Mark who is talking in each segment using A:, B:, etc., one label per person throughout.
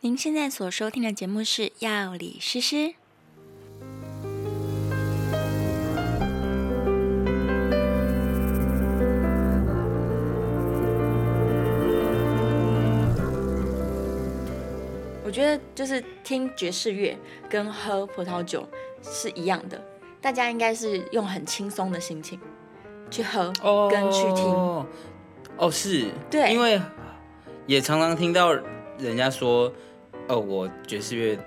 A: 您现在所收听的节目是《药理诗诗》。
B: 我觉得就是听爵士乐跟喝葡萄酒是一样的，大家应该是用很轻松的心情去喝
C: 哦，
B: 跟去听。
C: 哦，是，
B: 对
C: 因为也常常听到人家说，哦，我爵士乐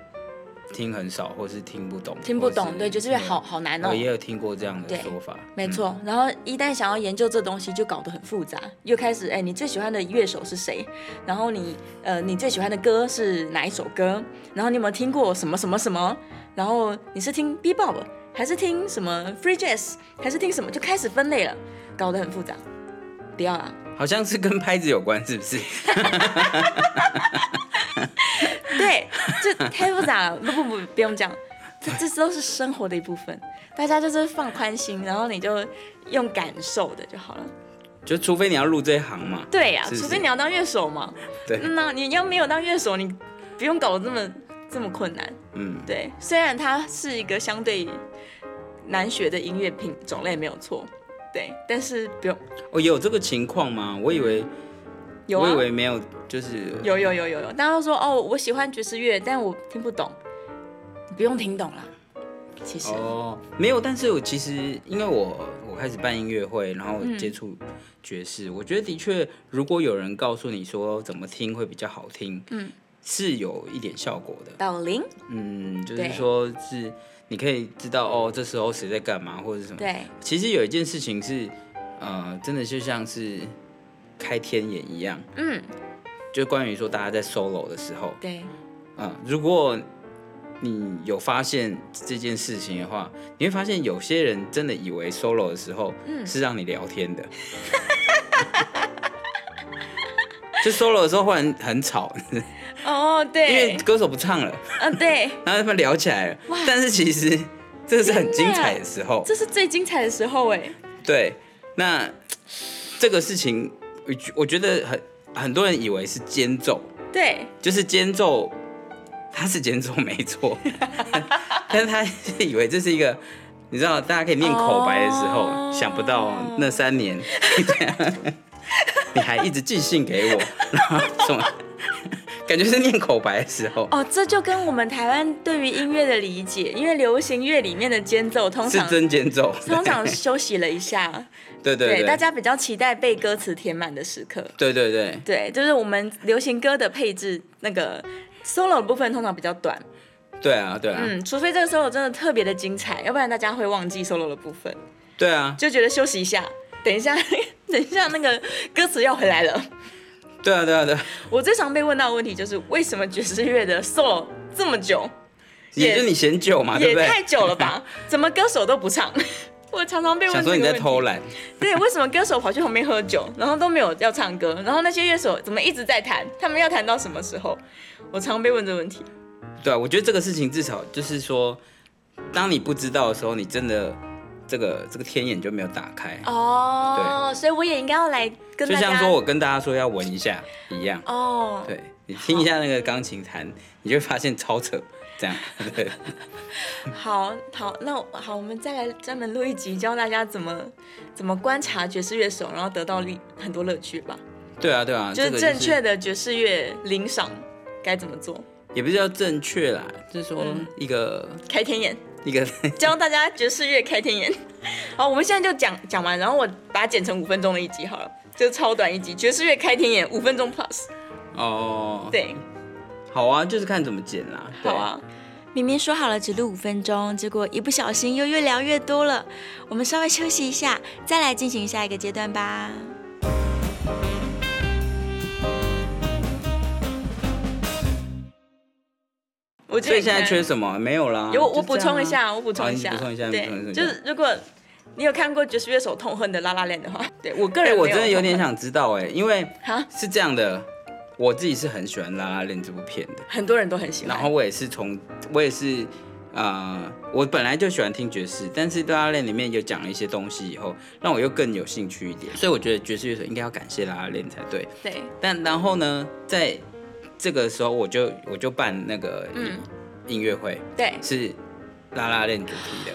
C: 听很少，或是听不懂，
B: 听不
C: 或
B: 懂，对，爵士乐好
C: 嗯
B: 好难哦
C: 我。也有听过这样的
B: 对
C: 说法，
B: 没
C: 嗯，
B: 错，然后一旦想要研究这东西，就搞得很复杂，又开始哎，你最喜欢的乐手是谁？然后你呃，你最喜欢的歌是哪一首歌？然后你有没有听过什么什么什么？然后你是听 B-bop 还是听什么 free jazz，还是听什么？就开始分类了，搞得很复杂。不要啊啦，
C: 好像是跟拍子有关，是不是？
B: 对，这太复杂了，不不不，不用讲，这这都是生活的一部分，大家就是放宽心，然后你就用感受的就好了。
C: 就除非你要入这一行嘛，
B: 对呀、
C: 是是
B: 除非你要当乐手嘛。
C: 对
B: 那你要没有当乐手，你不用搞得这么这么困难。
C: 嗯，
B: 对，虽然它是一个相对难学的音乐品种类没有错，对，但是不用
C: 哦，有这个情况吗？我以为，
B: 有
C: 我
B: 啊
C: 以，为没有，就是
B: 有有有有有，大家都说哦，我喜欢爵士乐，但我听不懂，不用听懂啦，其实、
C: 哦，没有，但是我其实因为我我开始办音乐会，然后
B: 嗯
C: 接触爵士，我觉得的确，如果有人告诉你说怎么听会比较好听，
B: 嗯，
C: 是有一点效果的，
B: 到零，
C: 嗯，就
B: 对
C: 是说是你可以知道哦，这时候谁在干嘛或者是什么。
B: 对，
C: 其实有一件事情是，呃，真的就像是开天眼一样，
B: 嗯，
C: 就关于说大家在 solo 的时候，
B: 对，
C: 嗯，如果你有发现这件事情的话，你会发现有些人真的以为 solo 的时候，
B: 嗯
C: 是让你聊天的。就 solo 的时候忽然很吵，
B: 哦
C: 因
B: 对，
C: 为歌手不唱了，
B: 嗯、对，
C: 然后他们聊起来了。但是其实这是很精彩的时候，
B: 这是最精彩的时候哎，
C: 对。那这个事情，我觉我觉得很很多人以为是间奏，
B: 对，
C: 就是间奏，他是间奏没错， 但是他是以为这是一个，你知道，大家可以念口白的时候
B: 哦
C: 想不到那三年，你还一直寄信给我，然后什么，感觉是念口白的时候，
B: 哦，这就跟我们台湾对于音乐的理解，因为流行乐里面的间奏通
C: 是
B: 常
C: 真间奏，
B: 通常休息了一下，
C: 对 对对，
B: 大家比较期待被歌词填满的时刻。
C: 对对对
B: 对，就是我们流行歌的配置那个 solo 的部分通常比较短，
C: 对啊对啊、
B: 嗯，除非这个 solo 真的特别的精彩，要不然大家会忘记 solo 的部分，
C: 对啊
B: 就觉得休息一下，等一下， 等一下那个歌词要回来了。
C: 对啊对啊对啊，
B: 我最常被问到的问题就是为什么爵士乐的 solo 这么久？也
C: 也就你嫌久嘛，啊对
B: 也
C: 不对？
B: 太久了 吧？怎么歌手都不唱？ 我常常被问
C: 想
B: 这个
C: 说你在
B: 问题
C: 偷懒，
B: 对，为什么歌手跑去旁边喝酒，然后都没有要唱歌，然后那些乐手怎么一直在弹？他们要弹到什么时候？我常被问这个问题。
C: 对啊，我觉得这个事情至少就是说，当你不知道的时候，你真的这个这个天眼就没有打开。
B: 哦，所以我也应该要来跟
C: 就
B: 大家
C: 像说我跟大家说要闻一下一样，
B: 哦，
C: 对你听一下那个钢琴弹，你就会发现超扯，这样 对
B: 好好，那我好，我们再来专门录一集，教大家怎么怎么观察爵士乐手，然后得到利很多乐趣吧。
C: 对啊对啊，
B: 就
C: 嗯这个
B: 是正确
C: 是
B: 的爵士乐领赏该怎么做？
C: 也不是叫正确啦，就是说一个、
B: 开天眼。
C: 一个
B: 教大家爵士乐开天眼。 好，我们现在就讲讲完，然后我把它剪成五分钟的一集好了，就超短一集，爵士乐开天眼五分钟 plus。
C: 哦，
B: 对，
C: 好啊，就是看怎么剪啦，对
B: 好，啊，
A: 明明说好了只录五分钟，结果一不小心又越聊越多了。我们稍微休息一下，再来进行下一个阶段吧。
B: 我觉
C: 所
B: 得
C: 以现在缺
B: 应
C: 什么？没有啦，
B: 该有我
C: 就
B: 我补
C: 这样啊
B: 充一下，我补充一下，
C: 好你补充一下
B: 对
C: 补充一，下
B: 就是如果你有看过爵士乐手痛恨的拉拉链 的话，对我个
C: 哎、
B: 人没
C: 我真的有点
B: 痛
C: 想知道哎、因为
B: 哈
C: 是这样的，我自己是很喜欢《拉拉链》这部片的，
B: 恨，很多人都很喜欢，
C: 然后我也是从我也是呃，我本来就喜欢听爵士，但是《拉拉链》里面有讲了一些东西以后，让我又更有兴趣一点，所以我觉得爵士乐手应该要感谢《拉拉链》才对。
B: 对
C: 但然后呢，在这个时候我就我就办那个
B: 嗯
C: 音乐会，
B: 对
C: 是拉拉链主题的。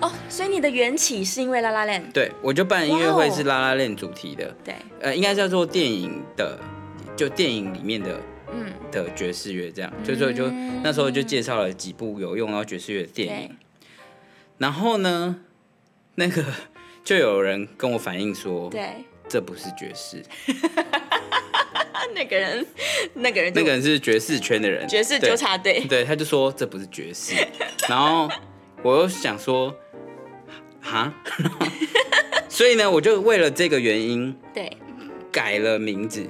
B: 哦，所以你的缘起是因为拉拉链，
C: 对，我就办音乐
B: 哇
C: 会
B: 哦
C: 是拉拉链主题的，
B: 对，
C: 呃，应该叫做电影的，就电影里面的
B: 嗯，
C: 的爵士乐这样，所以说就
B: 嗯
C: 那时候就介绍了几部有用到爵士乐的电
B: 对
C: 影，，然后呢，那个 就有人跟我反映说，
B: 对，
C: 这不是爵 士，
B: 啊，那个人， 那个人就，
C: 那个人是爵士圈的人，
B: 爵士
C: 对
B: 纠察队，
C: 对，他就说这不是爵 士，然后我又想说，哈， 所以呢，我就为了这个原因
B: 对，
C: 改了名字，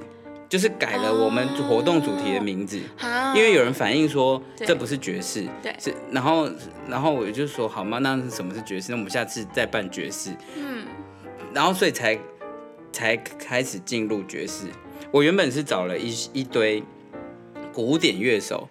C: 就是改了我们活动主题的名字，
B: 啊
C: 因为有人反映说
B: 对
C: 这不是爵士，
B: 对
C: 是，然后然后我就说好吗？那什么是爵士？那我们下次再办爵士，
B: 嗯，
C: 然后所以才才开始进入爵士。我原本是找了一一堆古典乐手。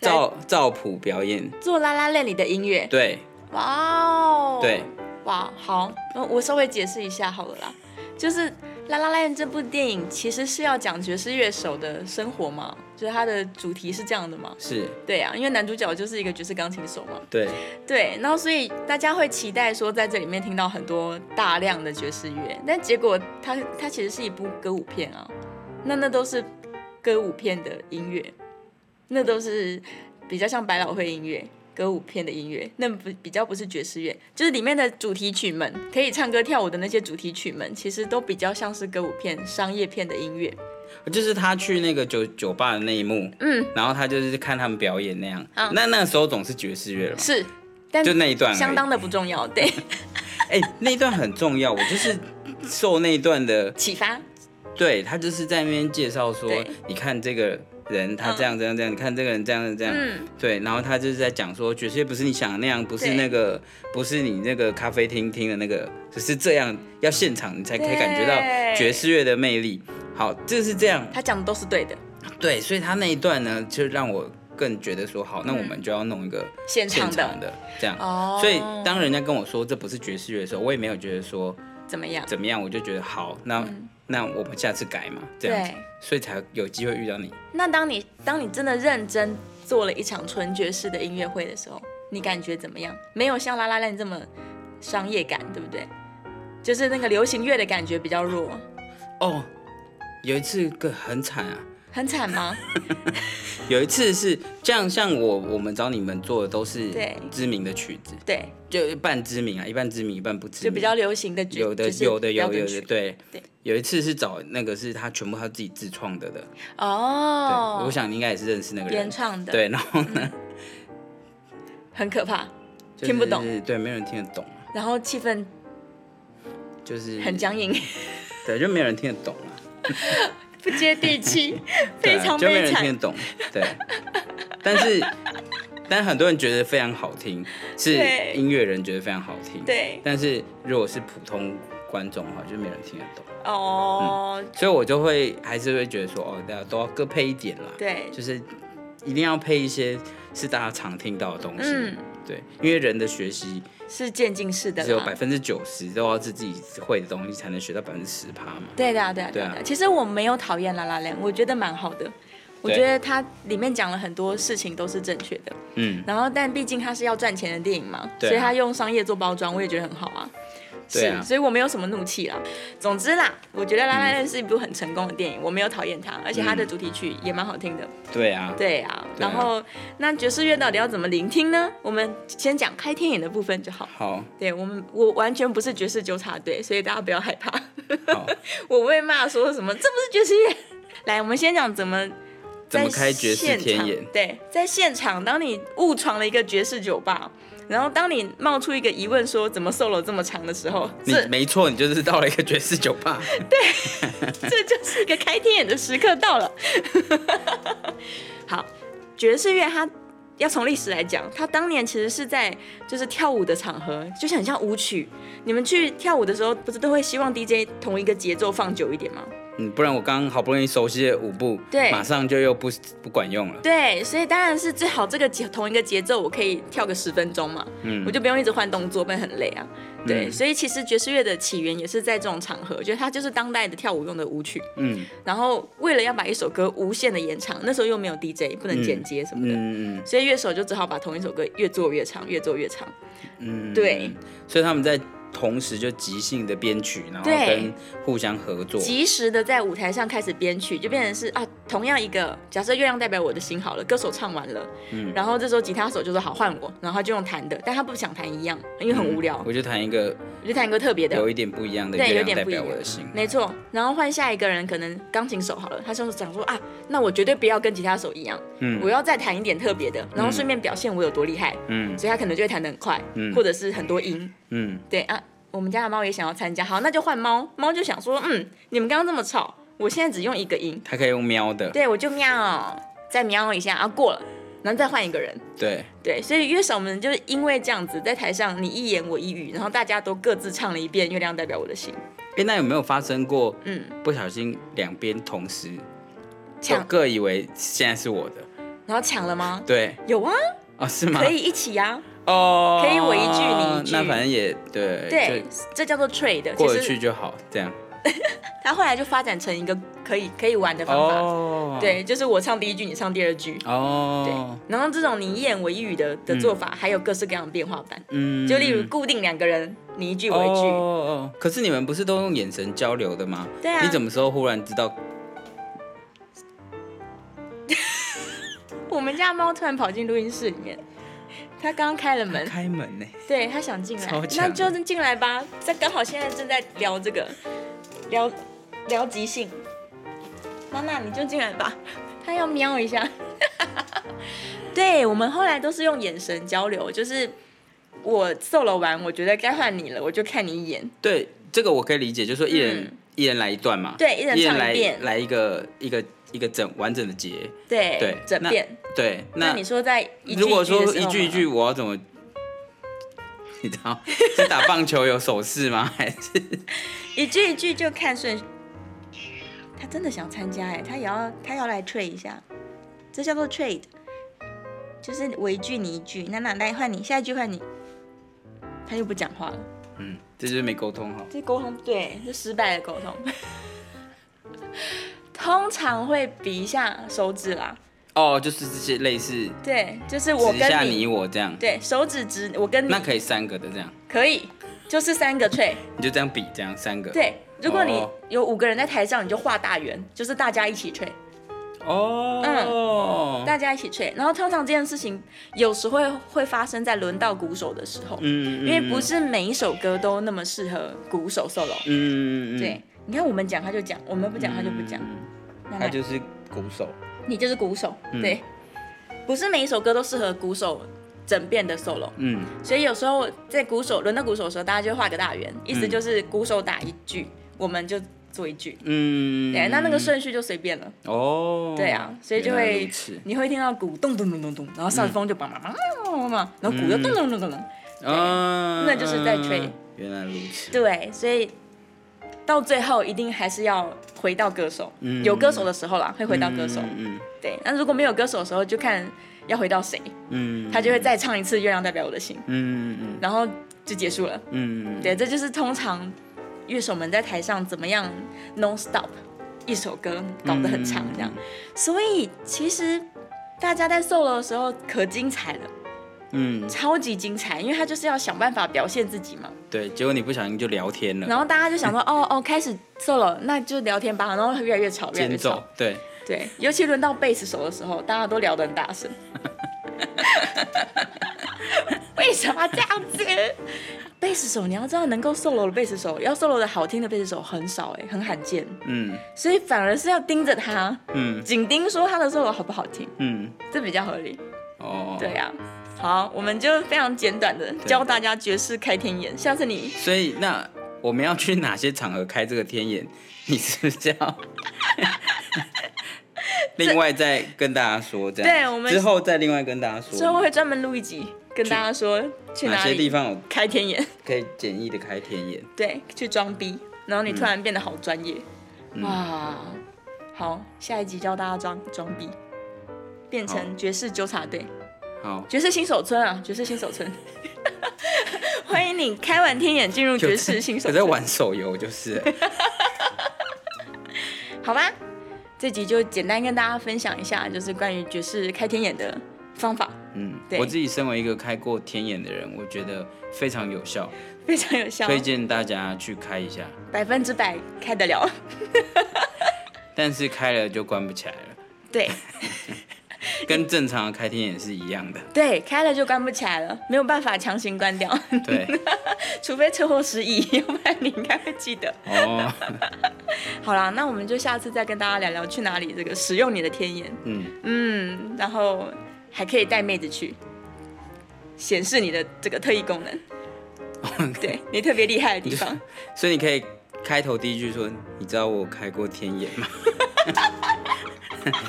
B: 来
C: 照照谱表演，
B: 做拉拉链里的音乐，
C: 对
B: 哇哦，
C: 对，
B: 哇，好，那我稍微解释一下好了啦，就是《La La Land》这部电影其实是要讲爵士乐手的生活嘛，就是它的主题是这样的嘛。
C: 是，
B: 对啊，因为男主角就是一个爵士钢琴手嘛，
C: 对
B: 对，然后所以大家会期待说在这里面听到很多大量的爵士乐，但结果它它其实是一部歌舞片啊，那那都是歌舞片的音乐，那都是比较像百老汇音乐、歌舞片的音乐，那不比较不是爵士乐，就是里面的主题曲们可以唱歌跳舞的那些主题曲们，其实都比较像是歌舞片、商业片的音乐。
C: 就是他去那个酒酒吧的那一幕，
B: 嗯，
C: 然后他就是看他们表演那样。
B: 嗯
C: 那那个时候总是爵士乐了嘛，
B: 是，但
C: 就那一段而已
B: 相当的不重要，对，
C: 哎、那一段很重要，我就是受那一段的，
B: 启发，
C: 对他就是在那边介绍说
B: 对，
C: 你看这个人他这样这样这样，你看这个人这样这样，
B: 嗯，
C: 对，然后他就是在讲说爵士乐不是你想的那样，不是
B: 对
C: 那个不是你那个咖啡厅听的那个，只是这样，要现场你才可以感觉到
B: 对
C: 爵士乐的魅力。好，就是这样，
B: 他讲的都是对的，
C: 对，所以他那一段呢，就让我更觉得说，好，那我们就要弄一个
B: 现场
C: 现
B: 嗯的。
C: 场的这样。
B: 哦
C: 所以当人家跟我说这不是爵士乐的时候，我也没有觉得说
B: 怎么样？
C: 怎么样，我就觉得好，那、那我们下次改嘛，这样子
B: 嗯对，
C: 所以才有机会遇到你。
B: 那当你当你真的认真做了一场纯爵士的音乐会的时候，你感觉怎么样？没有像拉拉链这么商业感，对不对？就是那个流行乐的感觉比较弱，
C: 哦，有一次个很惨啊，
B: 很惨 吗？
C: 有一次是这样，像我我们找你们做的都是
B: 对
C: 知名的曲子，
B: 对，
C: 就一半知名啊，一半知名，一半不知
B: 就
C: 名，
B: 比较流行的爵，
C: 有的
B: 就是
C: 有的
B: 标
C: 有
B: 准
C: 有
B: 曲
C: 的对
B: 对
C: 有一次是找那个是他全部他自己自创的的，对，
B: 哦，
C: 我想你应该也是认识那个
B: 原
C: 人，
B: 创的，，
C: 对，然后呢，
B: 很可怕，
C: 就是
B: 听不懂，
C: 对，没有人听得懂，啊
B: 然后气氛
C: 就是
B: 很僵 硬，
C: 对，就没有人听得懂了，
B: 不接地气，非
C: 对啊
B: 常
C: 就没有
B: 悲
C: 人听
B: 惨
C: 得。懂，对，但是但很多人觉得非常好听，是
B: 对
C: 音乐人觉得非常好听，，
B: 对，
C: 但是如果是普通观众的话，就没有人听得懂，
B: 哦，
C: 所以我就会还是会觉得说，哦，大家都要各配一点啦，
B: 对，
C: 就是一定要配一些是大家常听到的东西，
B: 嗯
C: 对，因为人的学习
B: 是渐进式的啦，
C: 只有百分之九十都要是自己会的东西才能学到百分之十趴嘛。
B: 对的啊，对啊，
C: 对
B: 对
C: 啊
B: 啊。其实我没有讨厌拉拉链，我觉得蛮好的。我
C: 对
B: 觉得它里面讲了很多事情都是正确的，
C: 嗯，
B: 然后但毕竟它是要赚钱的电影嘛，
C: 对啊
B: 所以它用商业做包装，我也觉得很好啊。
C: 对啊
B: 是，所以我没有什么怒气啦。总之啦，我觉得《拉拉链》是一部很成功的电影，我没有讨厌它，而且它的主题曲也蛮好听的。
C: 对啊，
B: 对啊，
C: 对
B: 然
C: 啊
B: 后那爵士乐到底要怎么聆听呢？我们先讲开天眼的部分就好。
C: 好
B: 对我们，我完全不是爵士纠察队，所以大家不要害怕。
C: 好，
B: 我被骂说什么这不是爵士乐。 来，我们先讲怎么
C: 怎么
B: 在
C: 开爵士
B: 现
C: 天
B: 场
C: 眼？
B: 对，在现场，当你误闯了一个爵士酒吧，然后当你冒出一个疑问说怎么 solo 这么长的时候，
C: 你
B: 这
C: 没错，你就是到了一个爵士酒吧。
B: 这就是一个开天眼的时刻到了。 好，爵士乐它要从历史来讲，它当年其实是在就是跳舞的场合，就是很像舞曲。你们去跳舞的时候，不是都会希望 DJ 同一个节奏放久一点吗？
C: 嗯，不然我刚好不容易熟悉的舞步，
B: 对
C: 马上就又不不管用了。
B: 对，所以当然是最好这个节同一个节奏，我可以跳个十分钟嘛，
C: 嗯
B: 我就不用一直换动作，不然很累啊。对，
C: 嗯
B: 所以其实爵士乐的起源也是在这种场合，就是它就是当代的跳舞用的舞曲。
C: 嗯
B: 然后为了要把一首歌无限的延长，那时候又没有 DJ，不能剪接什么的，
C: 嗯嗯
B: 所以乐手就只好把同一首歌越做越长，越做越长。
C: 嗯，
B: 对
C: 嗯，所以他们在同时就即兴的编曲，然后
B: 对
C: 跟互相合作。
B: 及时的在舞台上开始编曲，就变成是啊，同样一个假设《月亮代表我的心》好了，歌手唱完了，
C: 嗯
B: 然后这时候吉他手就说好换我，然后他就用弹的，但他不想弹一样，因为很无聊，
C: 嗯我就弹一个
B: 我就弹一个特别的，
C: 有一点不一样的
B: 对有
C: 月亮
B: 点
C: 代
B: 不一
C: 表
B: 样
C: 我的心。
B: 没错。然后换下一个人，可能钢琴手好了，他就想说啊，那我绝对不要跟吉他手一样，
C: 嗯
B: 我要再弹一点特别的，然后顺便表现我有多厉害，
C: 嗯
B: 所以他可能就会弹得很快，
C: 嗯
B: 或者是很多音，
C: 嗯
B: 对啊，我们家的猫也想要参加，好，那就换猫。猫就想说，嗯，你们刚刚这么吵，我现在只用一个音，
C: 他可以用喵的，
B: 对我就喵，再喵一下啊，过了，然后再换一个人。
C: 对，
B: 对，所以乐手们就是因为这样子，在台上你一言我一语，然后大家都各自唱了一遍《月亮代表我的心》。
C: 哎、那有没有发生过
B: 嗯，
C: 不小心两边同时就
B: 抢，
C: 各以为现在是我的？
B: 然后抢了吗？
C: 对，
B: 有啊，
C: 哦，是吗？
B: 可以一起呀、
C: 哦，
B: 可以我一句你一句
C: 那反正也对，
B: 对
C: 就，
B: 这叫做 trade。
C: 过
B: 其
C: 得去
B: 实
C: 就好，这样。
B: 它后来就发展成一个可以可以玩的方法。
C: 哦，，
B: 对，就是我唱第一句，你唱第二句。
C: 哦，
B: 然后这种你一言我一语的的做法，还有各式各样的变化版，
C: 嗯
B: 就例如固定两个人，你一句
C: 哦
B: 我一句，
C: 哦哦可是你们不是都用眼神交流的吗？
B: 对啊
C: 你什么时候忽然知道？
B: 我们家猫突然跑进录音室里面，它刚刚开了门，
C: 开门呢？
B: 对，它想进来
C: 超，强
B: 那就进来吧。这刚好现在正在聊这个，聊聊即兴。妈妈，你就进来吧，它要喵一下。 对我们后来都是用眼神交流，就是我 solo 完，我觉得该换你了，我就看你一眼，
C: 对，这个我可以理解，就是说一人、
B: 嗯
C: 一人来一段嘛，
B: 对一人唱一
C: 来
B: 遍
C: 来一个一个一个整完整的节，
B: 对，
C: 对
B: 整
C: 那
B: 遍。
C: 对。
B: 那你说在一句
C: 如果
B: 一句的
C: 说
B: 时
C: 一
B: 候
C: 句一
B: 吗
C: 句，我要怎么？ 你知道是打棒球有手势吗？ 还是
B: 一句一句就看顺序。他真的想参加哎，他也要他要来 trade 一下，这叫做 trade，就是我一句你一句，那那来换你，下一句换你，他又不讲话了，
C: 嗯，这就是没沟通好。
B: 这沟通对，这失败的沟 通。通常会比一下手指啦，
C: 哦，就是这些类似
B: 对，就是我
C: 指一下
B: 跟
C: 你我这样，
B: 对，手指指我跟你
C: 那可以三个的这样，
B: 可以，就是三个 trade，
C: 你就这样比这样三个。
B: 对，如果你
C: 哦
B: 有五个人在台上，你就画大圆，就是大家一起 trade。
C: 哦，
B: 大家一起吹。然后通常这件事情有时会会发生在轮到鼓手的时候，
C: 嗯
B: 因为不，是每一首歌都那么适合鼓手 solo。
C: 嗯嗯嗯嗯，
B: 对，你看我们讲他就讲，我们不讲他就不讲。
C: 嗯，
B: 那
C: 他
B: 那
C: 就是鼓手，
B: 你就是鼓手，
C: 嗯
B: 对，不是每一首歌都适合鼓手整遍的 solo。
C: 嗯
B: 所以有时候在鼓手轮到鼓手的时候，大家就画个大圆，意思
C: 嗯
B: 就是鼓手打一句，我们就做一句。
C: 嗯，
B: 对，那那个顺序就随便了。
C: 哦，
B: 对啊，所以就
C: 原来
B: 会
C: 如此
B: 你会听到鼓咚咚咚咚咚，然后上风就梆梆梆梆梆，然后鼓又咚咚咚咚咚。
C: 嗯，
B: 那就是在吹
C: 原来如此，
B: 对，所以到最后一定还是要回到歌手，有歌手的时候啦，会回到歌手。
C: 嗯
B: 对，那如果没有歌手的时候，就看要回到谁，
C: 嗯，
B: 他就会再唱一次《月亮代表我的心》，
C: 嗯嗯
B: 然后就结束了。
C: 嗯嗯，
B: 对，这就是通常乐手们在台上怎么样 non stop 一首歌搞得很长这
C: 嗯
B: 样。所以其实大家在 solo 的时候可精彩了，
C: 嗯，
B: 超级精彩，因为他就是要想办法表现自己嘛。
C: 对，结果你不小心就聊天了，
B: 然后大家就想说，哦哦，开始 solo，那就聊天吧，然后越来越吵，越来
C: 间
B: 越
C: 奏
B: 吵。，
C: 对，
B: 对，尤其轮到贝斯手的时候，大家都聊得很大声。为什么这样子？贝斯手，你要知道，能够 solo 的贝斯手，要 solo 的好听的贝斯手很少哎、很罕见，
C: 嗯
B: 所以反而是要盯着他，
C: 嗯
B: 紧盯说他的 solo 好不好听，
C: 嗯，
B: 这比较合理。
C: 哦，
B: 对呀、好，我们就非常简短的教大家爵士开天眼。下次你
C: 所以那我们要去哪些场合开这个天眼？你是不是要另外再跟大家说？这样
B: 对我们
C: 之后再另外跟大家说
B: 之后会专门录一集，跟大家说去
C: 哪
B: 哪
C: 些地
B: 里
C: 方有
B: 开 天眼，
C: 可以简易的开天眼。
B: 对，去装逼，然后你突然变得好专业，哇，好，下一集教大家装装逼，变成爵士纠察队。
C: 好，
B: 爵士新手村啊，爵士新手村， 欢迎你开完天眼进入爵士新手
C: 我在
B: 村，
C: 玩手游就是了，
B: 好吧？这集就简单跟大家分享一下，就是关于爵士开天眼的方法，
C: 嗯，
B: 对
C: 我自己身为一个开过天眼的人，我觉得非常有效，
B: 非常有效，
C: 推荐大家去开一下，
B: 百分之百开得了。
C: 但是开了就关不起来了，
B: 对
C: 跟正常的开天眼是一样的，
B: 对，开了就关不起来了，没有办法强行关掉，
C: 对，
B: 除非车祸失忆，要不然你应该会记得。
C: 哦，
B: 好啦，那我们就下次再跟大家聊聊去哪里这个使用你的天眼，
C: 嗯，
B: 嗯，然后还可以带妹子去，显示你的这个特异功能。 对你特别厉害的地方，
C: 所以你可以开头第一句说，你知道我开过天眼吗？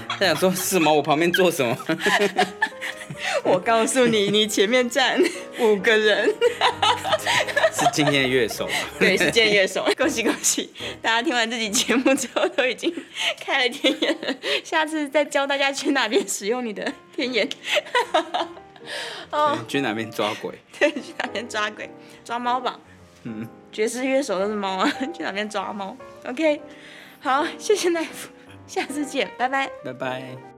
C: 他想说是吗？我旁边做什么？
B: 我告诉你，你前面 站五个人，
C: 是今天的乐手吗？
B: 对，是建业手， 恭喜恭喜！大家听完这期节目之后，都已经开了天眼了，下次再教大家去哪边使用你的天眼，
C: 去哪边抓鬼？
B: 对，去哪边抓鬼，抓猫吧。
C: 嗯，
B: 爵士乐手都是猫啊， 去哪边抓猫？OK，好，谢谢奈夫，下次见，拜拜。
C: 拜拜。